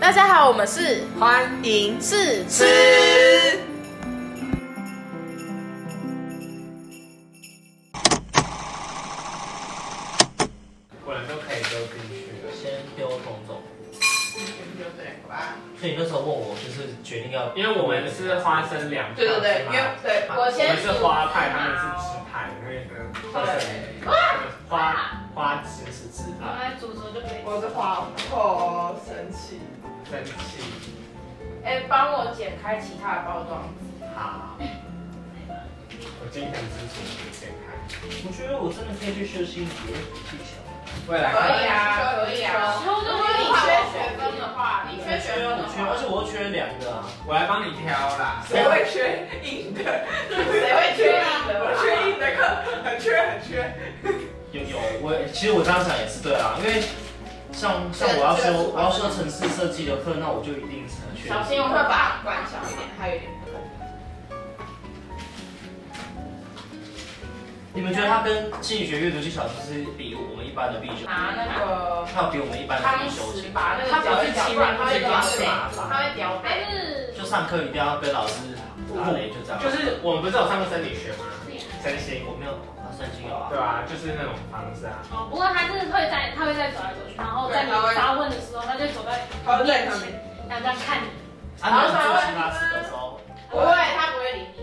大家好，我们是欢迎是吃。果然都可以丢进去了。先丢同种。对不对？好吧。所以你那时候问我，就是决定要，因为我们是花生两对对对，因为对我我们先是花派，他们是枝派，因为跟花生花花枝是枝然后派，在煮熟就可以。我是花哦，神奇。生气哎，帮我剪开其他的包装。好。我今天支持你先开，我觉得我真的可以去修心理技巧。未来可以啊，可以啊。然后如就果可你以缺学分的话，你缺学分的我缺，而话，且我又缺两个啊。我来帮你挑啦。谁会缺硬的？谁会缺硬的？我缺硬的课，很缺很缺。有有，我其实我这样想也是对啊，因为像像我要修我要修城市设计的课，那我就一定是很缺。小心，我会把它关小一点，还有一点喷。你们觉得它跟心理学阅读技巧就是比我们一般的必修，拿那个它有比我们一般的汤必修匙性？把那个搅一搅，不然它会掉背，它会掉还背。是就上课一定要跟老师打雷，就这样。就是我们不是有上过生理学吗？身心，我没有啊，算心有啊对。啊，就是那种方式啊。哦，不过他是会在，他会在走来走去，然后在你发问的时候，他就走到它会你在面旁前，然后这样看你。啊，你要做其他事的时候，不会，它不会理你。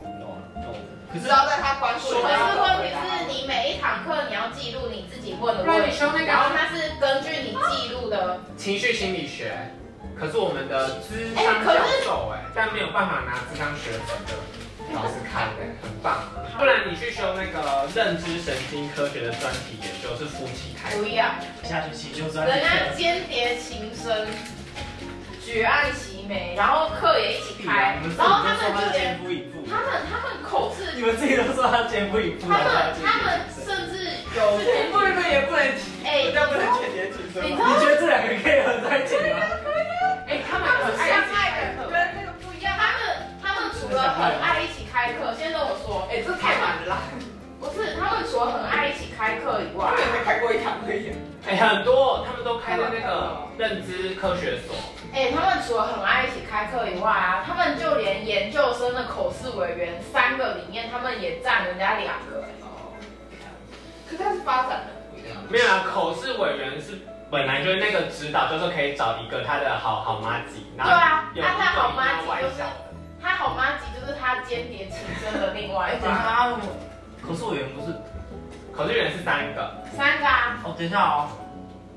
懂懂。可只是要在他关注说你。话可要回是答问题是你每一堂课你要记录你自己问的不然问你题，修那个然后它是根据你记录的。情绪心理学，可是我们的智哎商可教是授哎、但没有办法拿智商学分的老师看哎、很棒。不然你去修那个认知神经科学的专题研究，是夫妻开不的。一样，下学期就算人家间谍情深，举案齐眉，然后课也一起啊开，然后他们就连肩负一负，他们他们口试，你们自己都说他肩负一负，他们他们甚至有全部人也不能提，哎，这不能解决提你升知吗？道你觉得这两个可以合在一起吗？哎，他们他们很相爱爱的跟那个不一样，他们他们除了很爱一起开课，先跟我说，哎，这太难了啦。不是他们除了很爱一起开课以外他，们才开过一堂而已。哎，很多他们都开的那个认知科学所，哎、他们除了很爱一起开课以外啊，他们就连研究生的口试委员三个里面，他们也占人家两个、可是他是发展的不一样。没有啊，口试委员是本来就是那个指导，就是可以找一个他的好好妈吉，然对后啊，有一那个他一好定妈要吉外就是小的。他好妈吉就是他间谍情深的另外一等一个，下，可是我原不是考试员是三个，三个啊。哦，等一下哦，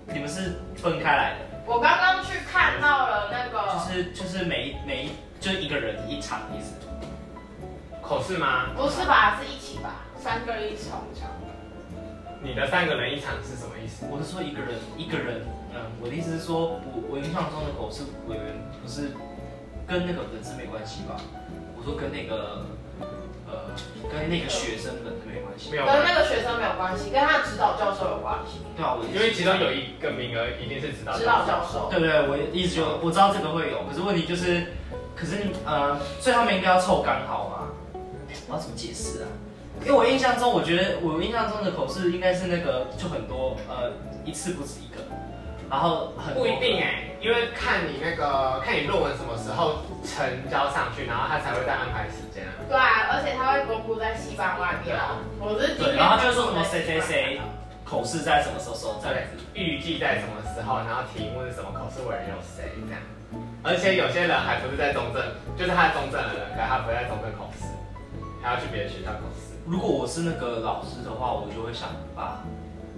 你们是分开来的，我刚刚去看到了那就个，是就是每一每一就是一个人一场意思。口试吗？不是吧？是一起吧？三个一场，你的三个人一场是什么意思？我是说一个人一个人，嗯，我的意思是说，我我印象中的口是委员不是跟那个本身没关系吧？我说跟那个呃跟那个学生本身没关系没。有啊跟，呃那个学生没有关系，跟他的指导教授有关系。对啊，我的意因思为其中有一个名额一定是指导指导教授，对不对？我的意思就我知道这个会有，可是问题就是，可是呃，所以他们应该要凑刚好嘛？我要怎么解释啊？因为我印象中，我觉得我印象中的口试应该是那个就很多呃一次不止一个，然后很不多个一定哎、因为看你那个看你论文什么时候成交上去，然后他才会再安排时间啊。对啊，而且他会公布在戏班外面啊。我是今对，天，然后他就说什么谁谁谁口试在什么时候时候这样对，预计在什么时候，然后题目是什么，口试委员有谁这样。而且有些人还不是在中正，就是他在中正的人，可他不是在中正口试，他要去别的学校口试。如果我是那个老师的话，我就会想把，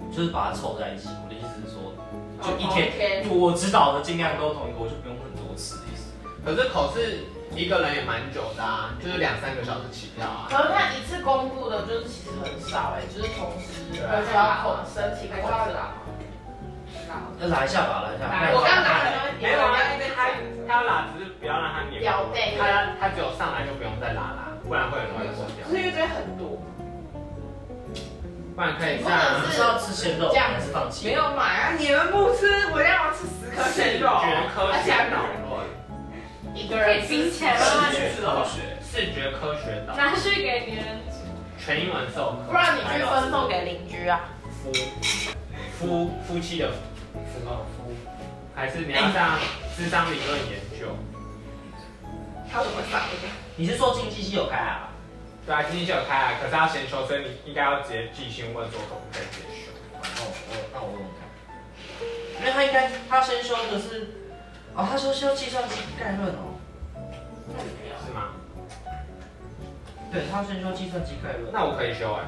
就是把它凑在一起。我的意思是说，就一天，哦天，我指导的尽量都同一个，我就不用很多次的意思。可是口试一个人也蛮久的啊，就是两三个小时起跳啊。可是他一次公布的就是其实很少哎、就是同时而且要口申请口试啊。要来一下吧，来一下。来不然我刚怕拿了没有啊，因为他他要拉，只是不要让他黏掉背他要他只有上来就不用再拉啦，不然会很容易破掉就。是因为这很多，不然可以不能上是要吃鲜肉这样还是放弃？没有买啊，你们不吃，我让我吃十颗鲜肉视觉科而且学还导脑论，一个可人以冰起来视慢慢觉科学，视觉科学导论，拿去给别人煮。全英文授不然你去分送给邻居啊。夫夫夫妻的夫什么夫，还是你要上智商理论研究？他怎么上的？你是说经济系有开啊？对啊，经济系有开啊，可是要先修，所以你应该要直接寄询问说可不可以直接修。那我我哦那我问问看，因为他应该他先修的是，哦，他说修计算机概论哦，是吗？对他先修计算机概论。那我可以修哎、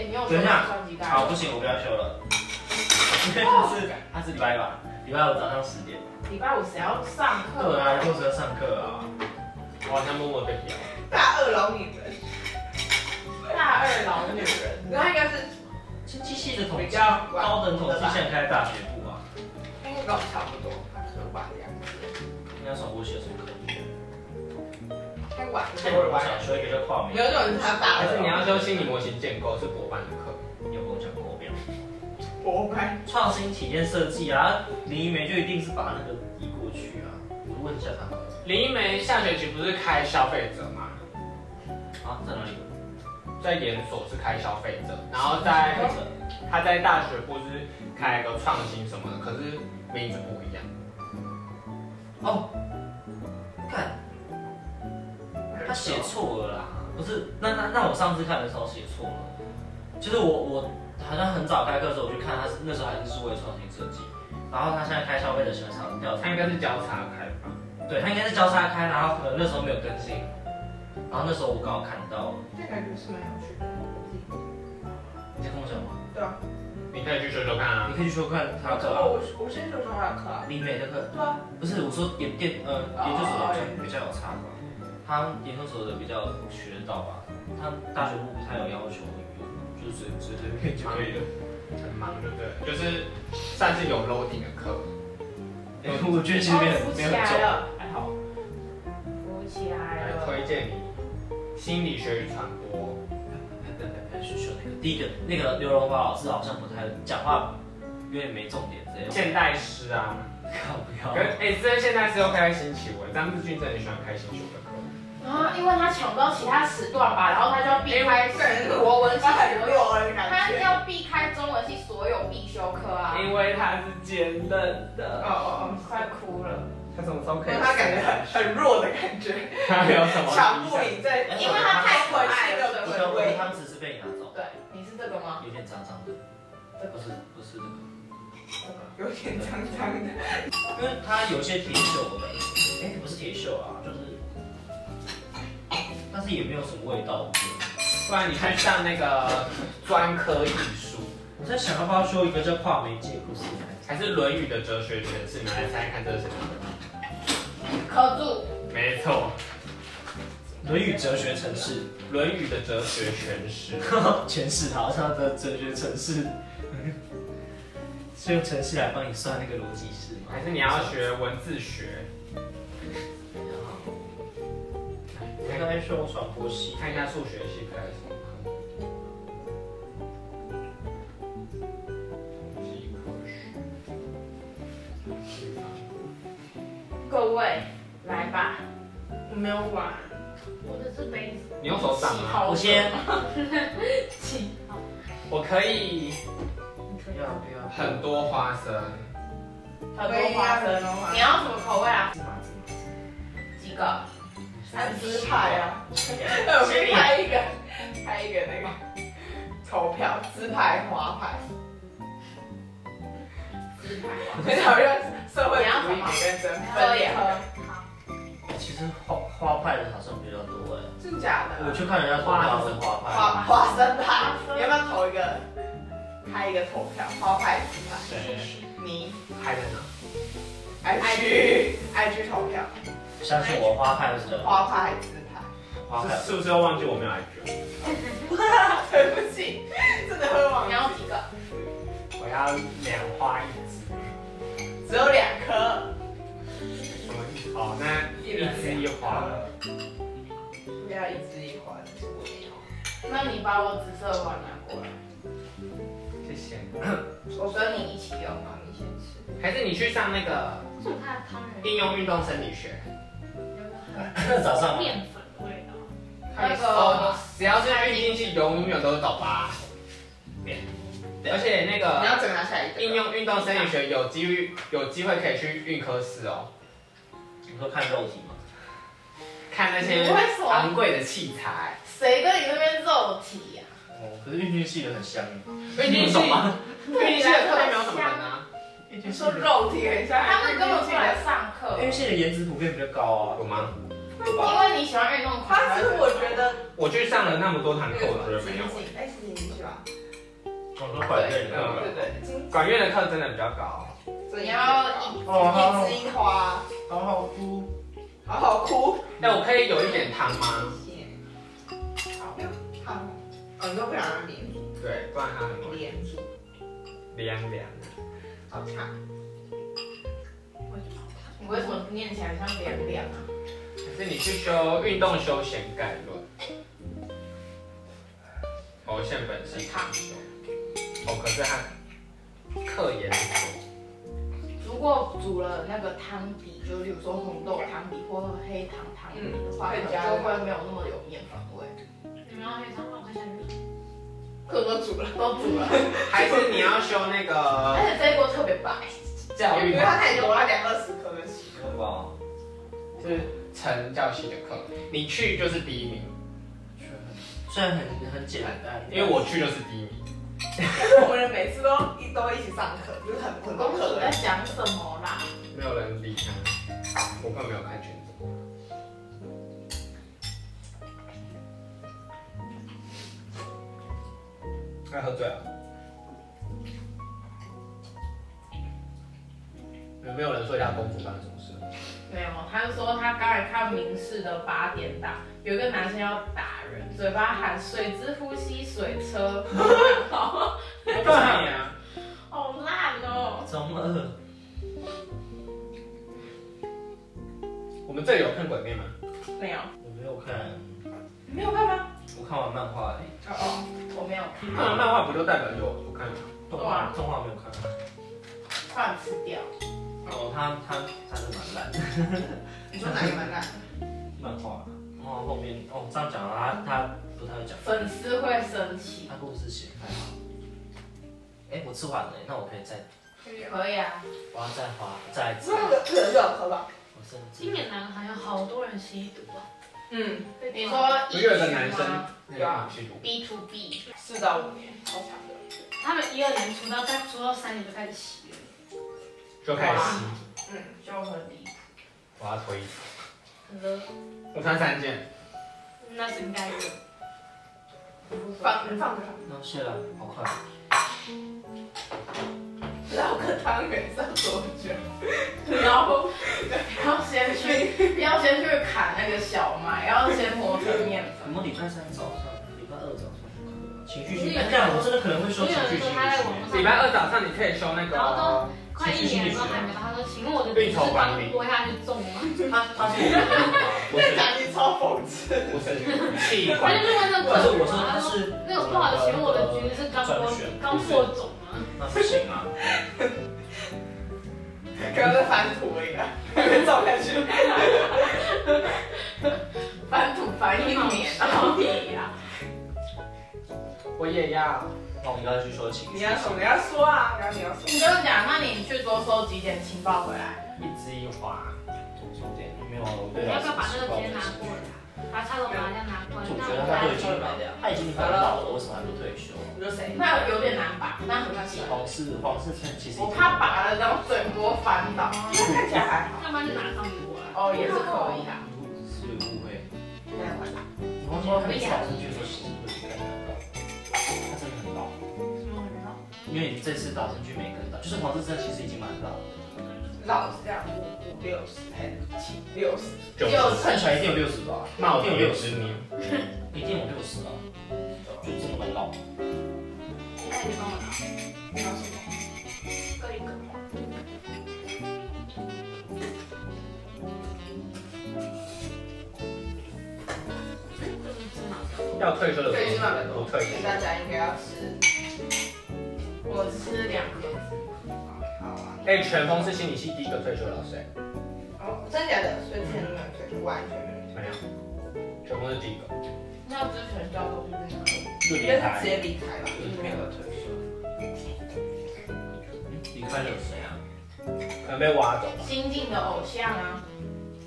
哎、你有等一下上机，盖？好，不行，我不要修 了，因为他是他是礼拜吧，礼拜五早上十点。礼拜五谁要上课对啊，啊？六十要上课啊。我好像默默被表。大二老女人，大二老女人，那应该是经济系的统比计，较高等统计现在开大学部啊，应该跟我差不多，很晚这样子，应该算我写的可以。太晚了，这会儿我想修一个叫跨媒，没有这种人才大还了是你要修心理模型建构是博班的课，你有跟我讲过我不要。博班，创新体验设计啊，林一梅就一定是把那个移过去啊。我就问一下他们林一梅下学期不是开消费者吗？啊，在哪里？在研所是开消费者，然后在或者他在大学部是开一个创新什么的，可是名字不一样。哦，看他写错了啦，不是？那那那我上次看的时候写错了，就是我我好像很早开课的时候我去看，他是那时候还是数位创新设计，然后他现在开消费者市场调查他，应该是交叉开吧？对他应该是交叉开，然后可能那时候没有更新，然后那时候我刚好看到，这感觉是蛮有趣的。你在跟我讲吗？对啊，你可以去修修看啊你。可以去收看他的课啊，哦我我先说说他的课啊，林美的课。对啊，不是我说研电呃研究所的比较比较有差吧，他研究所的比较学得到吧，他大学部他有要求语言，就是随随随便就可以了。很忙，对不对？就是算是有 loading 的课。哎我觉得其实没有哦扶没有起来很重了，还好。扶起来来了。推荐你心理学与传播。去修那个第一个那个刘荣华老师好像不太讲话，有点没重点之类的。现代诗啊，靠不要可是哎，这、现代诗又开新奇文，张志俊真的很喜欢开新奇文的课。啊，因为他抢不到其他时段吧，然后他就要避哎开国文系所有，人他要避开中文系所有必修课啊。因为他是坚韧的哦，哦哦，快哭了，他什么时候可以？他感觉很很弱的感觉，他没有什么小理布想你在，因为他太可爱了你的文汤匙是被你拿走，对，你是这个吗？有点脏脏的，不是不是这个，有点脏脏的。因为他有些铁锈的，哎不是铁锈啊，就是，但是也没有什么味道。不然你去上那个专科艺术，我在想要不要修一个叫跨媒介故事还是《论语》的哲学诠 释？你们来猜猜看这是什么？可住，没错， 《论语哲学城市《论语》的哲学诠释。》，全是好像的哲学城市，是用城市来帮你算那个逻辑是吗？还是你要学文字学？我刚才说我传播系，看一下数学系开什么课？几科学？各位来吧，我没有玩，我的是杯子，你用手掌起吗？头我先请好，我可以要不要？很多花生，很多花生。哦你要什么口味啊？芝麻芝几个？三只派啊，麻，我们开一个，开一个那个投票，自拍花牌，自拍。很讨厌社会主义每个人喝分也裂，喝。其实花花派的好像比较多哎，真假的我啊？去看人家投票是花派，花花生派，你要不要投一个？开一个投票，花牌、自拍，对，你还在哪？ IG IG 投票，相信我花派是真的花牌、自拍。花派是是不是又忘记我没有 IG？ 对不起，真的会忘你记。要几个？我要两花一枝。只有两颗，什么意思？好，那一枝一花了。不要一枝一花的，我没有。那你把我紫色的碗拿过来，谢谢。我跟你一起用。好，你先吃。 还是你去上那个祝他的汤圆应用运动生理学，有没有很早上吗？面粉的味道？那个哦只要是运动系，永远都是走吧。对而且那你个要整个拿下来一个应用运动生理学有机遇有机会可以去运科室哦，你说看肉体吗？看那些你不会说昂贵的器材。谁跟你那边肉体啊呀、可是运动系的很香，运动懂吗？运动系的课都没有什么人啊。运你动系说的肉体很像，他们根本不来上课，哎运动系的颜值普遍比较高啊有。吗？有吧因为你喜欢运动。但是我觉得我去上了那么多堂课，我觉得没有。哎，是进去吧？我说管乐的那对个，对，金管乐的课真的比较高，子你要一一枝樱花，好好哭。好好哭。哎，我可以有一点汤吗？好，好，哦，你都不想让脸对，不然它很容易脸住，凉凉。好差。你为什么念起来像凉凉啊？可是你去修运动休闲概论，哦，现本是常修，哦，可是它课也不错，如果煮了那个汤底，就例如说红豆汤底或黑糖汤底的话，嗯可能就会没有那么有面粉味。你们要黑糖吗？我想课都煮了，都煮了，还是你要修那而个且这一锅特别白。教因育为他太多，他两二十颗的起。好不好？是成教系的课，你去就是第一名，虽然很很简单，因为我去就是第一名。我们每次都一都一起上课，就是很很多公主课在讲什么啦？没有人理他，我根本没有看群组。他喝醉了。有没有人说一下公主发生什么事？没有，他就说他刚才看明视的八点档，有一个男生要打人，嘴巴喊水之呼吸水车，好对呀， 好烂哦。中二。我们这里有看鬼灭吗？没有，我没有看，你没有看吗？我看完漫画嘞，哦，我没有看，看完漫画不就代表有我看吗？动对画啊动画没有看。快吃掉。哦，他他他是蛮烂的。你说哪个蛮烂？漫画，漫画后面哦，这样讲他他不太会讲，粉丝会生气，他故事写得太好。哎，我吃完了，那我可以再，可以啊。我要再花再吃是。那个冷热喝吧？我甚至今年男孩有好多人吸毒啊。嗯，你说不一是有一个群男生吗那个嘛吸毒， B to B，四到五年，超长的。他们一二年出道，但出道三年就开始洗了。就开始吸，嗯，就很离谱。我要脱衣服，可是我穿三件，那是应该的。放放着，那谢了，好快。绕个汤圆上多久？ 然后不要先去，不要先去砍那个小麦，要先磨成面我粉。们礼拜三早上，礼拜二早上，情绪不性是有人这样我真的可能会说所以情绪性有人说的他在网学。络上，礼拜二早上你可以修那然后个快一年都还没到，他说：“请问我的运筹管理播下去中吗他他是我的不是感觉超讽刺。不是气？”他管就。是问那可是个我说主管，他他说是：“那个不好，请问我的橘子是刚播刚播种吗那不行啊，刚刚在翻土一个，照下去。翻土翻一年，然后你呀、我也要。那我们要去说情 绪你。要说，你要说啊，然后你要说。你跟我讲，那你去多收集点情报回来。一枝一花，重点没有啊，我？”对你老要师不要把那个直接拿过来？把插头麻将拿过来，就我那觉得我他都已再经买了，他已经很老了，为什么还不退休？你说谁？那有点难拔，那很奇怪。皇室皇室趁其实我怕拔了，然后整锅翻倒。看起来还好。要不然就拿上过来。哦，也是可以啊。是有误会。哦没有办法你忘记他每次老师去说其实不是更难搞，他真的很老。什么很绕？因为你这次打算去没跟到，就是黄志正其实已经蛮老了，老是这样，五五六十，还哎七六十，九就看起来一定有六十吧，冒一定顶有有六十十，年，一定有六十啊，就真的蛮老。你看你帮我拿，你要什么？各一个。要退休的对，时芝麻粉候不退所以休。大家应该要吃。我吃两颗，好啊。哎，全峰是心理系第一个退休的老师，哦，真假的？所以前面所以完全没有。没有，全峰是第一个。那之前教过去那个。就应离该是直开，接离开吧，就是没有退休。快乐谁啊？可能被挖走吧。新晋的偶像啊，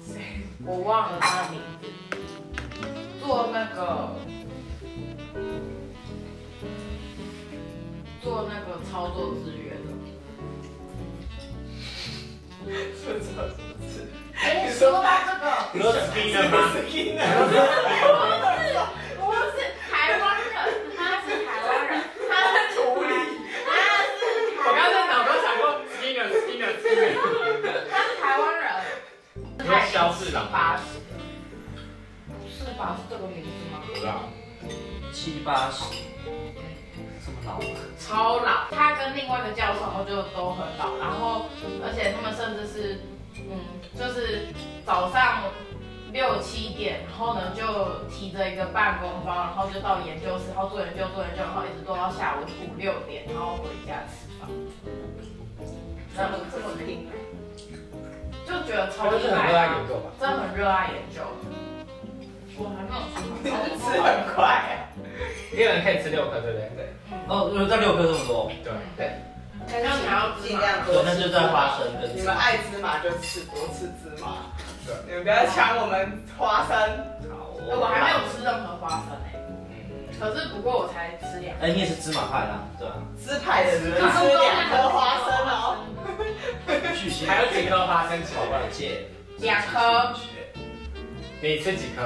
谁？我忘了他的名字，做那个做那个操作制约的。是什么字？哎，说到这个，你说 Spinner 吗？是 Skinner。我是台湾人，他是台湾 人，他是土里，他是我台刚才湾人，脑中闪过 Skinner Skinner Skinner，他是台湾人。你说肖市长吗？八十，是吧？是这个名字吗？不知道，七八十，这么老吗？超老，他跟另外一个教授然后就都很老，然后而且他们甚至是，嗯，就是早上六七点，然后呢就提着一个办公包，然后就到研究室，然后做研究做研究，然后一直做到下午五六点，然后回家吃饭，那么这么 拼，就觉得超他就是厉很害热爱啊，研究吧。真的很热爱研究。我还没你有是吃 吃很快啊。一个人可以吃六颗，对不对？嗯哦，有到六颗这么多，对。但是你要尽量对多，那就在花生跟你芝们麻。爱芝麻就吃，多吃芝麻。对你们不要抢我们花 生。好我还嗯没有吃任何花生哎、嗯，可是不过我才吃两。哎，你也是芝麻派啦，对吧？ 吃派的人吃两颗花生哦。巨蟹，还有几颗花生球啊？蟹，两颗你吃几颗？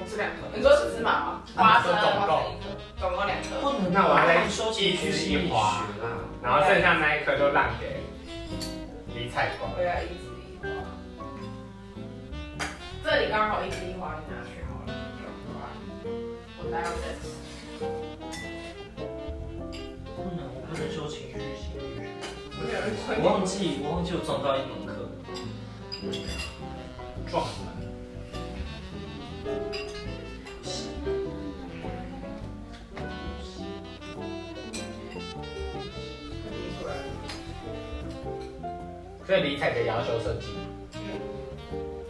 我吃两颗。你说是芝麻吗？花你说生。总共，总共两颗。不能那我要再收集去吃是一一花花，，然后剩下那一颗就让给李采光。我要一枝一花。这里刚好一枝一花，你拿去好了。我待会再吃。不能，我不能收情绪性语言。我有人说我忘记，我忘记我撞到一门课，撞门。你出来了。所以李采的要求设计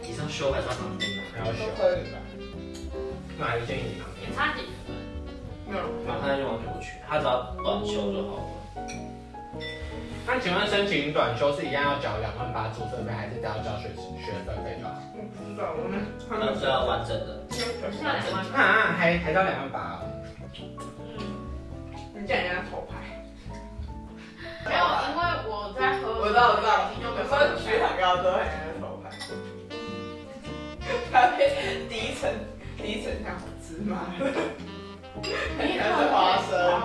你是要修还是要旁边的？要求，可以吧？那就建议你旁边你。差几分？没有。然后他就完全不去，他只要短修就好了。那请问申请短休是一样要缴两万八注册费，还是只要缴学学生费就好？我不知道，我们他那们是要完整的。下两万块。啊，还还到两万八、你叫人家头牌。没有，因为我在喝。我知道，我知道，你就有没时候学长高都很爱头牌，他被第一层第一层像芝麻，你你还是花生，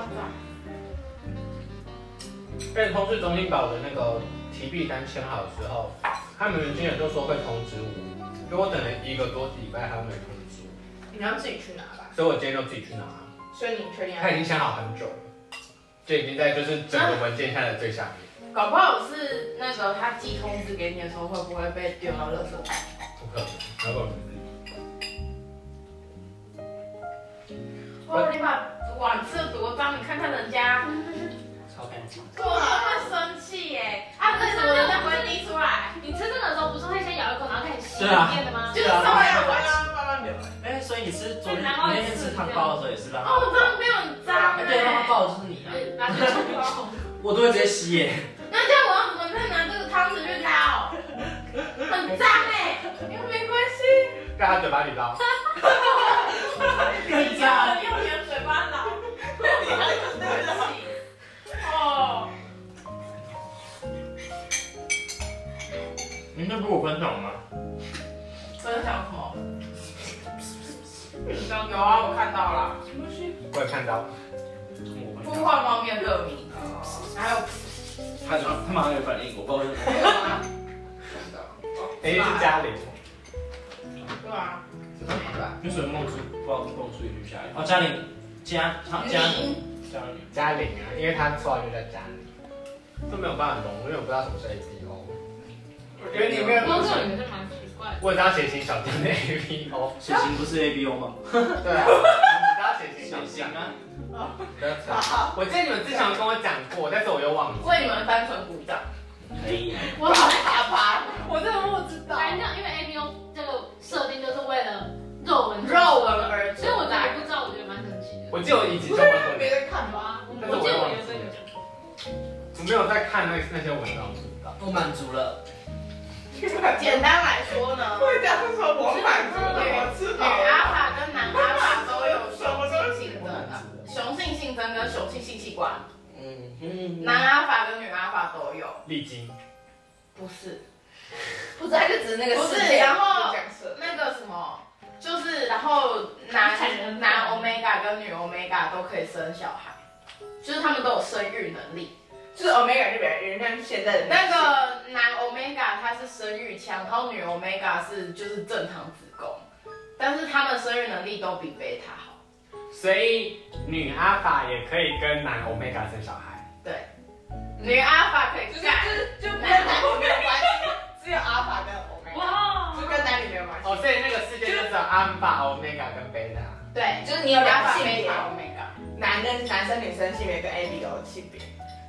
被通知中心把我的那个提币单签好之后，他们经理就说会通知我，结果等了一个多礼拜还没通知我，你要自己去拿吧。所以我今天就自己去拿。所以你确定他已经签好很久了，就已经在就是整个文件下的最下面，要？搞不好是那个他寄通知给你的时候，会不会被丢到垃圾桶？不可能，如果哇，你把碗吃得多脏，你看看人家，超干净。我会生气耶！啊，为什么人家不会滴出来？你吃这个的时候不是会先咬一口，然后开始吸对啊里面的吗？ 就是稍稍微微要要慢慢慢慢流，哎，所以你吃昨天你那天吃汤包的时候也是让他哦，我真的没有很脏哎、哎对，让他抱的就是你啊，拿去冲泡。我都会直接吸耶。那这样我要怎么再拿这个汤匙去捞？很脏哎、欸又没关系，在他嘴巴里捞，更脏你用你的嘴巴 捞，哦，你那不是我分享吗？分享什么？有啊，我看到了，我也看到，我分享。呼唤猫咪的乐迷，还有他他马上有反应，我不知道为什么。哎、是嘉玲，对啊，你水梦出不知道蹦出一句下一哦，嘉玲，嘉嘉嘉你嘉玲，嘉玲啊，因为他绰号就叫嘉玲，都没有办法融入，因为我不知道什么是 A P O，我觉得你没有工作里面是蛮奇怪的。我只要写信小店的 A P O，血型不是 A B O 吗？对啊，我只要写信小型 店。啊，不要吵 我记得你们之前有跟我讲过，但是我又忘了。为你们单纯鼓掌，可以。我好打牌，我真的不知道，反正因为 A B O 这个设定就是为了肉文，肉文，而所以我真的不知道，我觉得蛮神奇的。我记得我一集不就是问让过别你，人看吧？我记得我原本有讲过，我没有在看那那些文章，不知道。我满足了，简单来说呢，会这样说，我满足了，我吃女饱阿了。法跟男阿法都有雄性性征的，雄性性征跟雄性性器官，嗯哼，男阿法跟女阿法都有，历经不是不是，他就指那个不事是，件然后这样是那个什么，就是然后男男 omega 跟女 omega 都可以生小孩，就是他们都有生育能力。就是 omega 就比人家现在的那个男 omega 它是生育腔，然后女 omega 是就是正常子宫，但是他们生育能力都比贝塔好。所以女阿法也可以跟男 omega 生小孩，女阿法可以就是干，就是就跟男女没有关系，只有阿法跟 omega，哇，就跟男女没有关系。哦，所以那个世界就只有阿法、omega 跟贝塔。对，就是你有阿两法个性贝别，塔 omega，男的男生女生性别跟 A B 有性别，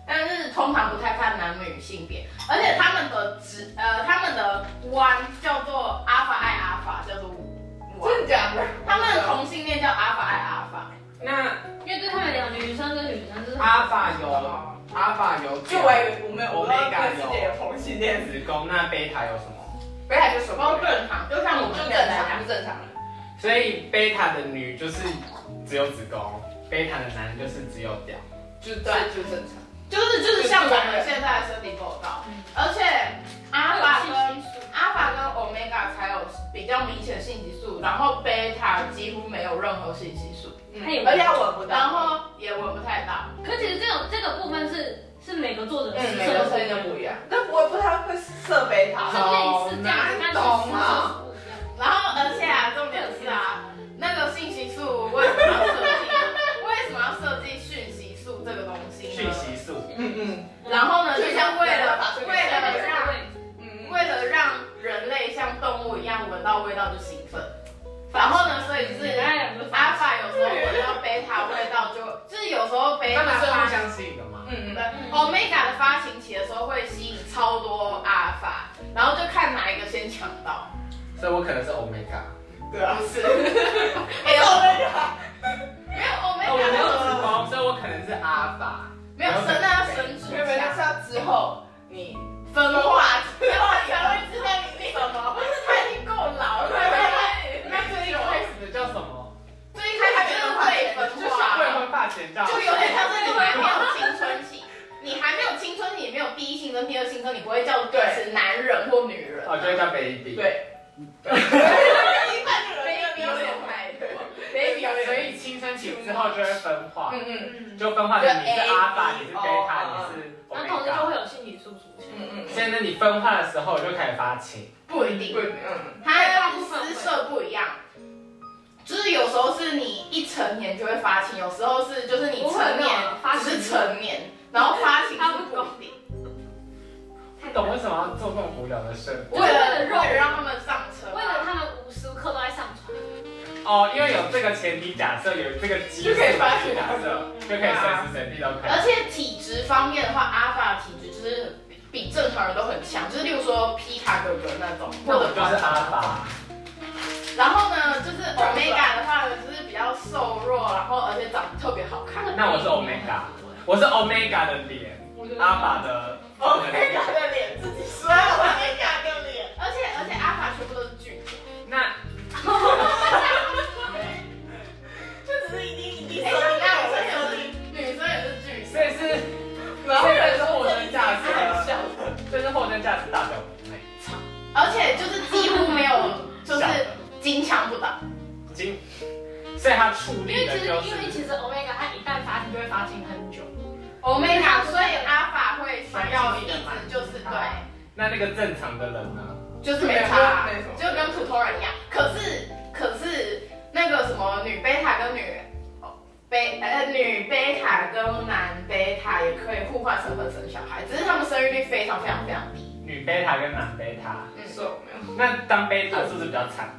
但是通常不太看男女性别，而且他们的直呃他们的弯叫做阿法爱阿法，叫做弯，真的假的？他们的同性恋叫阿法爱阿法，那因为对他们两个女生跟女生就是阿法有阿法有就我以为我们我们这个 omega 世界有有同性恋，子宫，那贝塔有什么？本来就什然后么正常，就像我们就正正常常，，就正常了。所以贝塔的女就是只有子宫，贝塔的男就是只有屌。就对对就正常。就是就是像我们现在的身体构造，而且阿法跟阿法跟 omega 才有比较明显性激素，然后贝塔几乎没有任何性激素，他也而且我不然到，后也闻不太到。可其实这种这个部分是是每个作者嗯，每是个声音都不一样。但我也不太会设备它。类似这样，但是好难懂啊然后而且啊，重点是啊，那个性激素为什么要设计呢？为什么要设计讯息素这个东西呢？讯。息素，嗯嗯然后呢，就像为了为了让嗯，为了让人类像动物一样闻到味道就兴奋，然后呢，所以就是阿法有时候闻到贝塔味道就，就是有时候贝他塔们是互发相吸引的吗？嗯嗯，对 omega 的发情期的时候会吸引超多阿法，然后就看哪一个先抢到。所以我可能是 omega。对啊，是。 哎呦， omega，没有哦，我没有 omega 子宫，所以我可能是阿法。没有生，那要生出没有没有，是来要之后你分化，然后你才会知道你你什么，他已经够老了，那最一开始的叫什么？最一开始就是被就是分化未。婚发前照。就有点像是你还没有青春期，你还没有青春期，你没有第一性征、第二性征，你不会叫彼此男人或女人。哦，就会叫 baby。对。一般的人没有点太多，baby 有所点以青春期之后就会分化，嗯嗯就分化成你是阿法，你是贝塔，你是然后同时就 omega。会有性激素出现。嗯嗯，现在你分化的时候，我就开始发情。不一定，嗯它私设不一样。就是有时候是你一成年就会发情，有时候是就是你成年只是成年，然后发情是不一定，不懂为什么要做这么无聊的事？为了为了让他们上车，啊为了他们无时无刻都在上床，哦，因为有这个前提假设，有这个基础就可以发情假设，就可以随时随地都可以而。且体质方面的话，阿法的体质就是比正常人都很强，就是例如说皮卡哥哥那种，那或哦我者就是阿法，然后呢，就是 omega 的话呢，就是比较瘦弱，然后而且长得特别好看。那我是 omega，我是 omega 的脸，阿法的，omega 的脸自己说，omega 的脸，而且而且阿法全部都是巨蟹，那这只是一定一定哎，你看我这也是女生也是 巨蟹，所以是然后有人说我的假太设，小了，这是货真价实大表妹，而且就是几乎没有就是吓得金枪 不倒，金，所以他处因理为的其实就是因为其实 omega 它一旦发情就会发情很久， omega，所以阿法会需要一直就是对，那那个正常的人呢？就是没差啊啊没什么，就跟普通人一样。可是可是那个什么女贝塔跟女。贝呃女贝塔跟男贝塔也可以互换身份生小孩，只是他们生育率非常非常非常低。嗯女贝塔跟男贝塔，是我没有，那当贝塔是不是比较惨？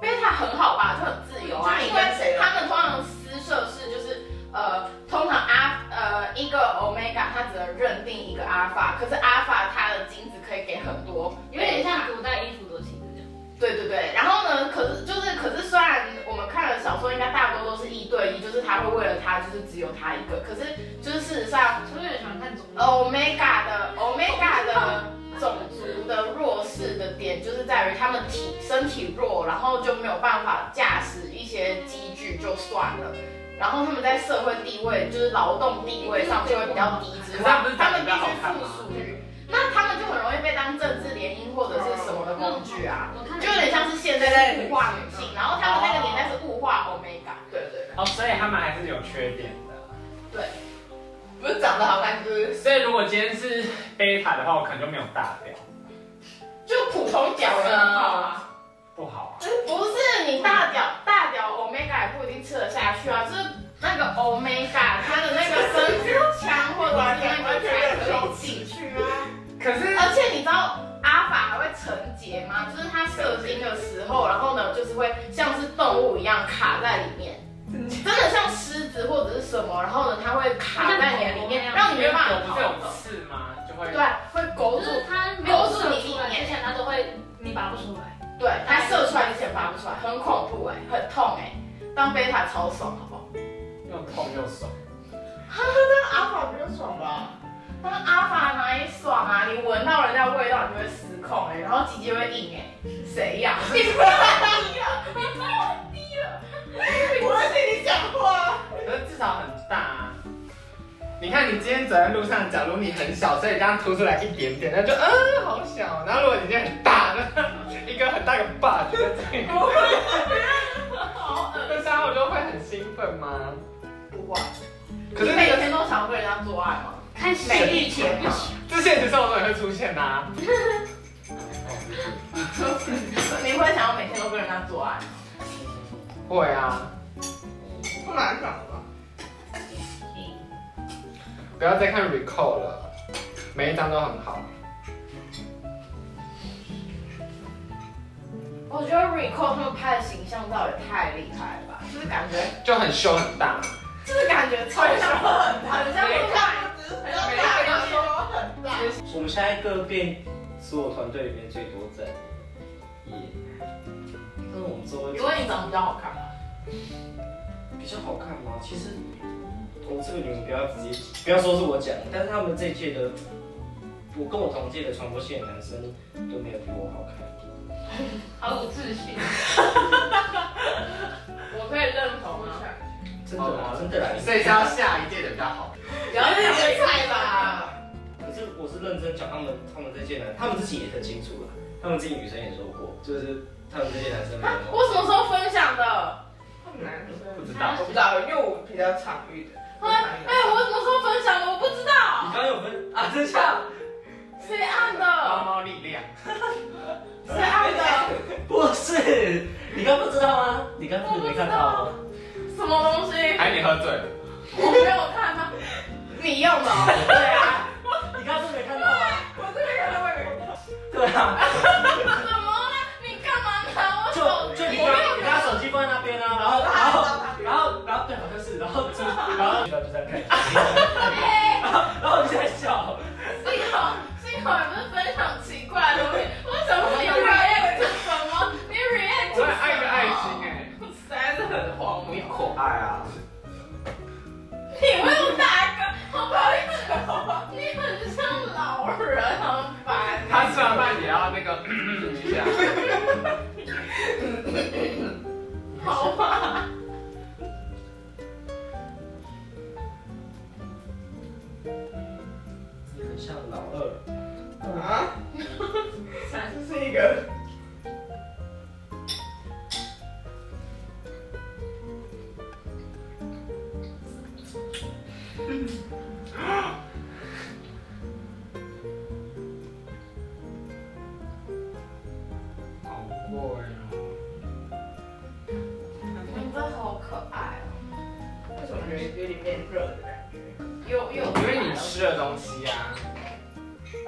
贝塔很好吧，就很自由啊，就是因你跟为谁啊他们通常私设是就是呃，通常阿呃一个 omega 它只能认定一个阿法，可是阿法它的精子可以给很多，有点像古代伊芙多情这样。对对对，然后呢，可是就是可是虽然我们看了小说说应该大多都是一对一，就是他会为了他就是只有他一个，可是就是事实上所以有人喜欢看综艺。 ，omega 的 omega 的种族的弱势的点就是在于他们体身体弱，然后就没有办法驾驶一些机具就算了。然后他们在社会地位，就是劳动地位上就会比较低之可是他外们不是，他长得们比较必好须看附吗属于，那他们就很容易被当政治联姻或者是什么的工具啊。我看了就有点像是现在是物化女性，然后他们那个年代是物化 omega，对对，哦，所以他们还是有缺点的。不是长得好看，就是所以如果今天是贝塔的话，我可能就没有大屌，就普通屌人啊。不好啊。不是你大屌大屌 omega 也不一定吃得下去啊，就是那个 omega 它的那个生殖腔或者是那个才可以进去啊。可是而且你知道阿法还会成结吗？就是它射精的时候，然后呢，就是会像是动物一样卡在里面，真的像狮子或者是什么，然后呢，它会卡在你的里面，让你没办法这逃种走。刺吗？就会对，啊会就勾住，是他没有射出来之前，他都会你拔不出来。对，它射出来之前拔不出来，很恐怖哎、很痛哎、当贝塔超爽，好不好？又痛又爽。当阿法比较爽吧？当阿法哪里爽啊？你闻到人家味道，你就会失控哎、然后鸡鸡会硬哎、谁 呀、你不要低了，你不要低了，我要听你讲话。可是至少很大啊。你看，你今天走在路上，假如你很小，所以这样凸出来一点点，那就嗯好小。然后如果你今天很大，那一个很大的把就在这里， 好恶那三我就会很兴奋吗？毒啊！可可是是那每个天都想跟人家做爱吗？看每一天吗？这现实生活中也会出现呐、啊。你会想要每天都跟人家做爱？会啊，不难长吧？不要再看 Recall 了，每一张都很好。我觉得 Recall 他们拍的形象照也太厉害了吧，就是感觉，就很凶很大，就是感觉超像很大，很像每很个大。只是很大，然后说很大。我们现在各变所有团队里面最多赞，耶！但是我们周围你问你长得比较好看吗？比较好看吗？其实我这个你们不要直接，不要说是我讲，但是他们这一届的，我跟我同届的传播系的男生都没有比我好看。毫无自信。我可以认同啊，真的啦，哦真的啦。所以是要下一届的比较好。不要讲这个菜吧。可是我是认真讲，他们他们这届男，他们自己也很清楚啦，他们自己女生也说过，就是他们这届男生没啊有。我什么时候分享的？很难，不我知道，不知道，因为我比较常遇的。哎、我什么时候分享的？我不知你道，刚刚有分啊？真相？谁按猫的？猫力量，谁按的？不是，你刚不知道吗？你刚不是没看到吗？什么东西？还你喝醉了，我没有看啊。你用的、哦？对 啊。你刚不是没看到吗？我这边看到外面，对啊，怎么了？你干嘛拿我就手机？就你我刚没有你刚手机放在那边啊，然后然后然后然后对，好像是，然后就然后就在看，哎，然后你在笑，幸好幸好你不是分享奇怪的东西，为什么你 react 什么？你 react 我很爱一个爱心哎、实在是很荒你谬。可爱啊！你为我打嗝，好不好意思哦，你很像老人，很烦。他吃完饭也要那个嗯一下，好吧？很像老二，啊，三这是一个好过哟。你真的好可爱哦，为什么觉得有点变热的感觉？又又因为你吃的东西啊，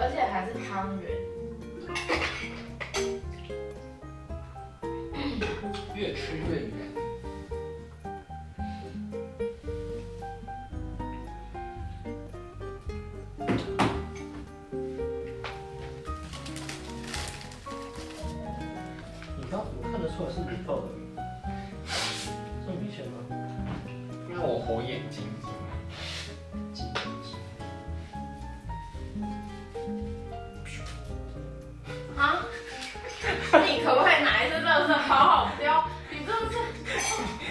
而且还是汤圆。越吃越远。你刚怎么看得出来是你爆的？这明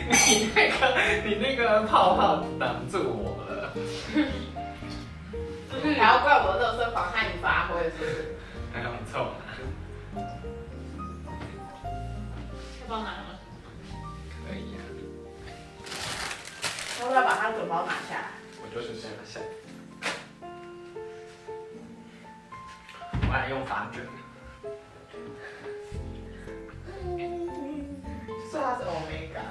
你那个 你那个泡泡挡住我了。嗯还要怪我热身妨害你发挥，是不是？还有臭啊，要帮拿吗？可以啊，要不要把他的卷包拿下来？我就是这样想。我还用发卷，所以他是 Omega。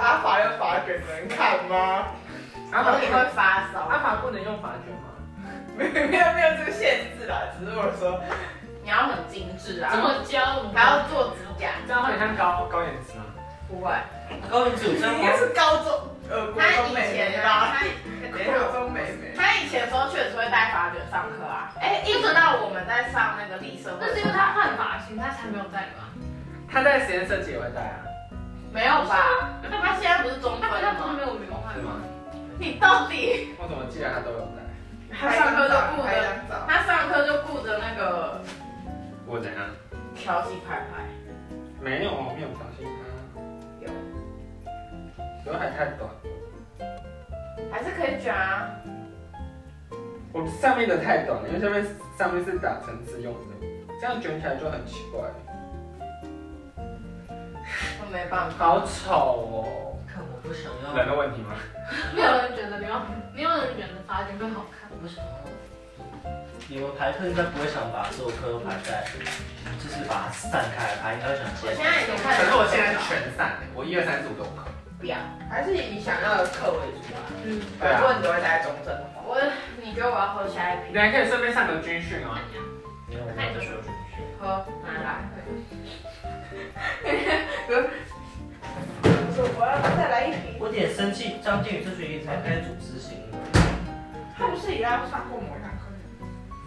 阿法用法卷能看吗？阿然后你会发烧，阿法不能用发卷吗？没有没有没有这个限制啦，只是我说你要很精致这啊，么娇，怎么还要做指甲，这样会很像高高颜值吗？不会。高云子有这应样吗该？是高中呃国他中以妹妹前吧，啊，他哎国中妹妹。他以前的时候确实会戴发卷上课啊，哎，一直到我们在上那个立社会，那是因为他换发型，他才没有戴吧？他在实验设计也会戴啊，没有吧？他现在不是中他好分像了不吗？是没有没有换是吗？你到底？我怎么记得他都有戴？他上课就顾拍张着，他上课就顾着那个我怎样？调戏拍拍，没有，我没有调戏他。有，刘海太短，还是可以卷啊。我上面的太短了，因为上面上面是打层次用的，这样卷起来就很奇怪。我没办法，好丑哦！看我不想要，人的问题吗？没有人觉得没有，没有人觉得发卷会好看。我不想要。你们排课应该不会想把所有课都排在，就是把它散开排，应该会想我先现。在已经可开始。是我现在全散了，我一二三四五都考。不要，还是以你想要的课为主啊。嗯，对啊如果你都会待在中正的话，我你觉得我要喝下一你瓶？还可以顺便上个军训啊。没有，我那你就没说有喝，拿来。我说我要再来一瓶。我有点生气，张建宇这学期才开始组织型了。他不是也要上过某一堂课？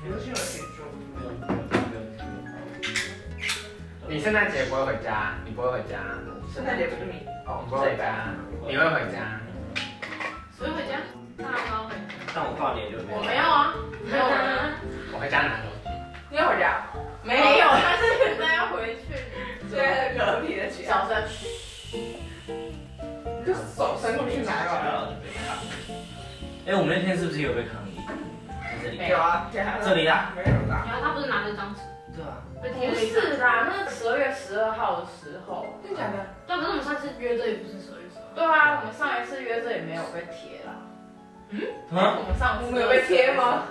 没有是有听说。没有没有你圣诞节不会回家？你不会回家？圣诞节不是你哦，不会回家。你会回家？谁回家？大包回家。但我跨年就没有。我没有啊，没有啊，啊，我回家拿东西。你要回家？没有，他现在要回去。就在隔壁的学校，小声，你就手伸过去拿然吧。后就被抗议。哎，我们那天是不是有被抗议？在这里。有啊，给他这里啊，没有啦。然后他不是拿着张纸，对啊。被贴不了一张是啦，那十二月十二号的时候。真假的？对，可是我们上次约这也不是十二月十二。对啊，我们上一次约这也没有被贴啦。啊？我们上次我们有被贴吗？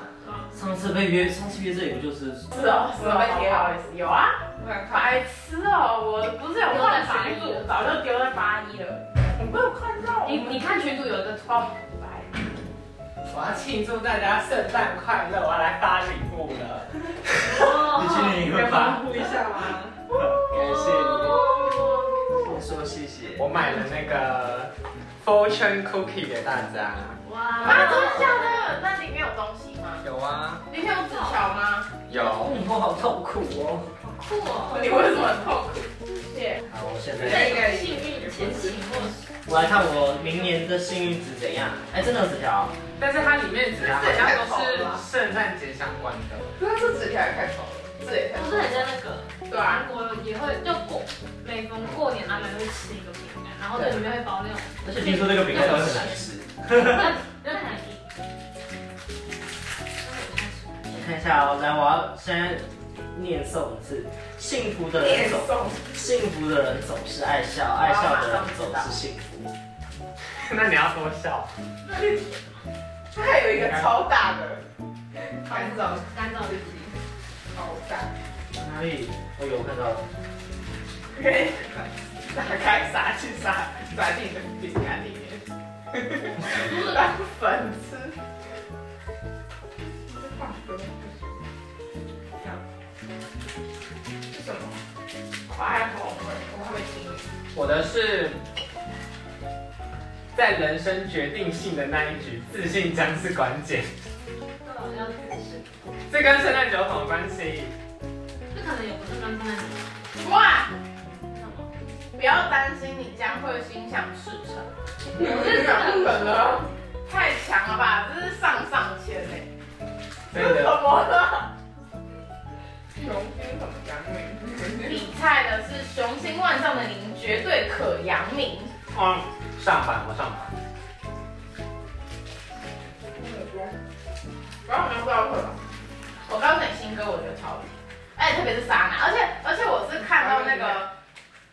上次被约，上次约这里不就是？是哦，是哦，被贴好意思，有啊，我想看，白痴哦，我不是有换群主，早就丢在八一了。我没有看到。你你看群主有一个超白，我要庆祝大家圣诞快乐，我要来发礼物了。你去年也可会以发欢。呼一下吗？感谢你。哦我哦说谢谢。我买了那个 fortune cookie 给大家。哇啊，真的假的？那里面有东西吗？有啊，里面有纸条吗？有。嗯我好痛苦哦。酷哦！你为什么很痛苦？谢好，我现在这应该幸运前行或是我来看我明年的幸运值怎样。哎，真的有纸条。但是它里面纸条好像都是圣诞节相关的。对啊，这纸条也太丑了，这也太丑不了。是很像那个对啊，韩国也会就过每逢过年他们会吃一个饼干，然后这里面会包那种而且听说这个饼干都很难吃。那很难吃。我看一下哦，来，我要现在念诵一次。幸福的人念总诵，幸福的人总是爱笑，爱笑的人总是幸福。 那你要多笑。它还有一个超大的 干燥干燥自己，好大。哪里？哦有我看到了。可以打开撒去撒撒进你的饼干里面，当粉吃。是什么？快红了，我还没听。我的是在人生决定性的那一局，自信将是关键。那好像是，这跟圣诞节有什么关系？这可能也不是刚刚那种。哇，不要担心，你将会心想事成。这哪不可能？太强了吧，这是上上签哎、真怎的。么了？穷兵怎么扬名？比菜的是“雄心万丈的您绝对可扬名嗯，上班我上班，不然我就不要会了。我告诉你，新歌我觉得超好听，而哎且特别是莎娜，而且而且我是看到那个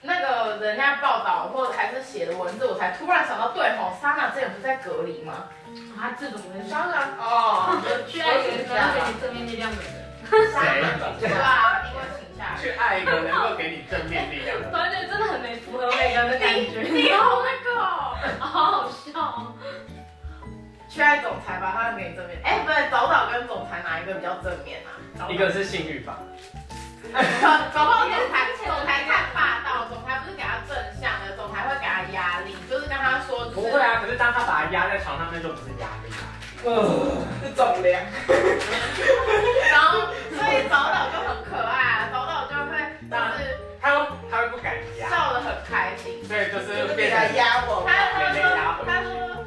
那个人家报道或者还是写的文字，我才突然想到，对吼，莎娜之前不是在隔离吗？他这怎么会？莎娜哦，去爱情跟那个正面力量的人，莎娜对啊，因为请假。去爱一个能够给你正面力 量的人。团队真的很没符合 每个人的感觉，你好那个哦，好好笑哦。去爱总裁吧，他会给你正面。哎，不对，早早跟总裁哪一个比较正面啊？ 早早一个是性欲吧，搞不好总裁总裁太霸道，总裁不是给他正向的，总裁会给他压力，就是跟他说就是不会啊，可是当他把他压在床上，那就不是压力啊。是总量。 然后所以早早就很可爱啊，早早就会就是他会他会不敢压，笑得很开心。所以就是就是被变他成压他我，他说他说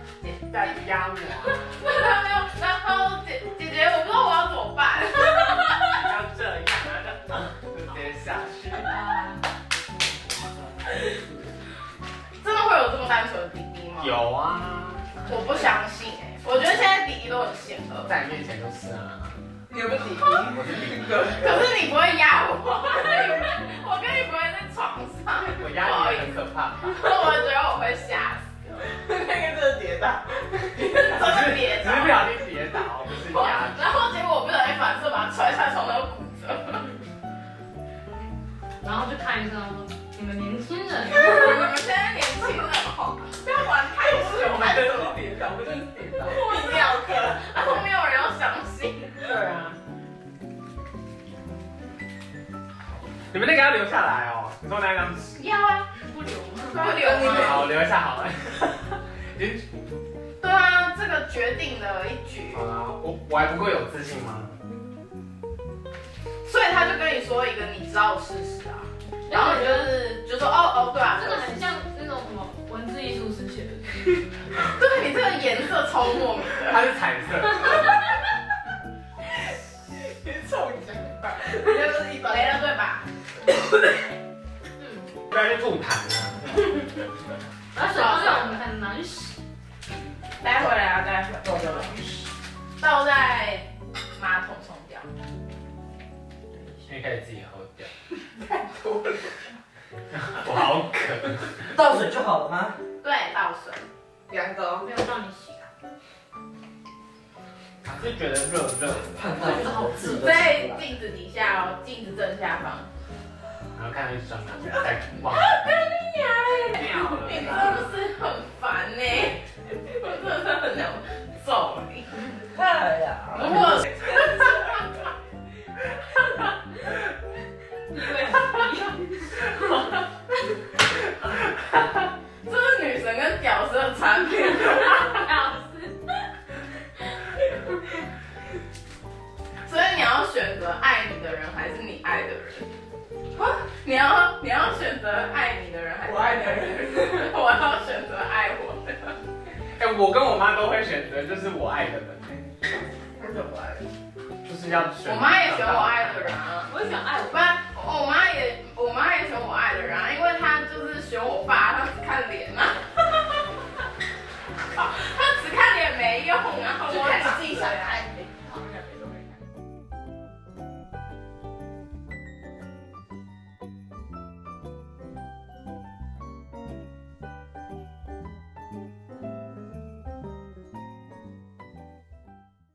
在压我啊，他没有，然后姐姐姐我不知道我要怎么办。 不要这样啊，然后就就直接下去。真的会有这么单纯的弟弟吗？，有啊，我不相信哎、我觉得现在弟弟都很险恶，在你面前就是啊，你又不抵我是你，可是你不会压我， 我跟你不会在床上，我压力也很可怕吧。我觉得我会吓死，那个真的跌倒，真的别只着是。不小心跌倒，不是压力。然后结果我不小心反射把它踹下床，然后骨折。然后就看一下你们年 轻人，你们现在年轻人哦，不要玩太久我们真的是跌倒，我们真的是跌倒。了，妙课，然后没有人要相信。 对啊。你们那个要留下来哦，你说那张纸，要啊，不留吗？不留吗？好，留一下好了。已经对啊，这个决定了一局，好啦，我我还不够有自信吗？所以他就跟你说一个你知道的事实啊，然后你就是就说哦哦对啊，这个很像那种什么文字艺术史写的，对啊你这个颜色超莫名的，它是彩 色的，臭你家一半，你就是一没了对吧？不然就吐痰了。然后水都种很难洗，待会来啊，待会够了，倒在马桶冲掉。你可以自己喝掉。太多了。我好渴。倒水就好了吗？对，倒水。两个哦，没有让你洗啊。还是觉得热热的，看到就是好自己的在镜子底下哦，镜子正下方。然后看到一双男人在望。掉你真了。的是很烦呢、我真的是很想揍你。哎呀，如果这是女神跟屌丝的差别。所以你要选择爱你的人还是你爱的人？啊 你要你要选择爱你的人还是我爱的人，人？我要选择爱我的。哎、我跟我妈都会选择，就是我爱的人、为什么爱？就是要选。我妈也选我爱的人。啊。 我想爱我不然我妈也我妈也选我爱的人啊，因为她就是选我爸， 她只看脸啊，她只看脸没用啊，我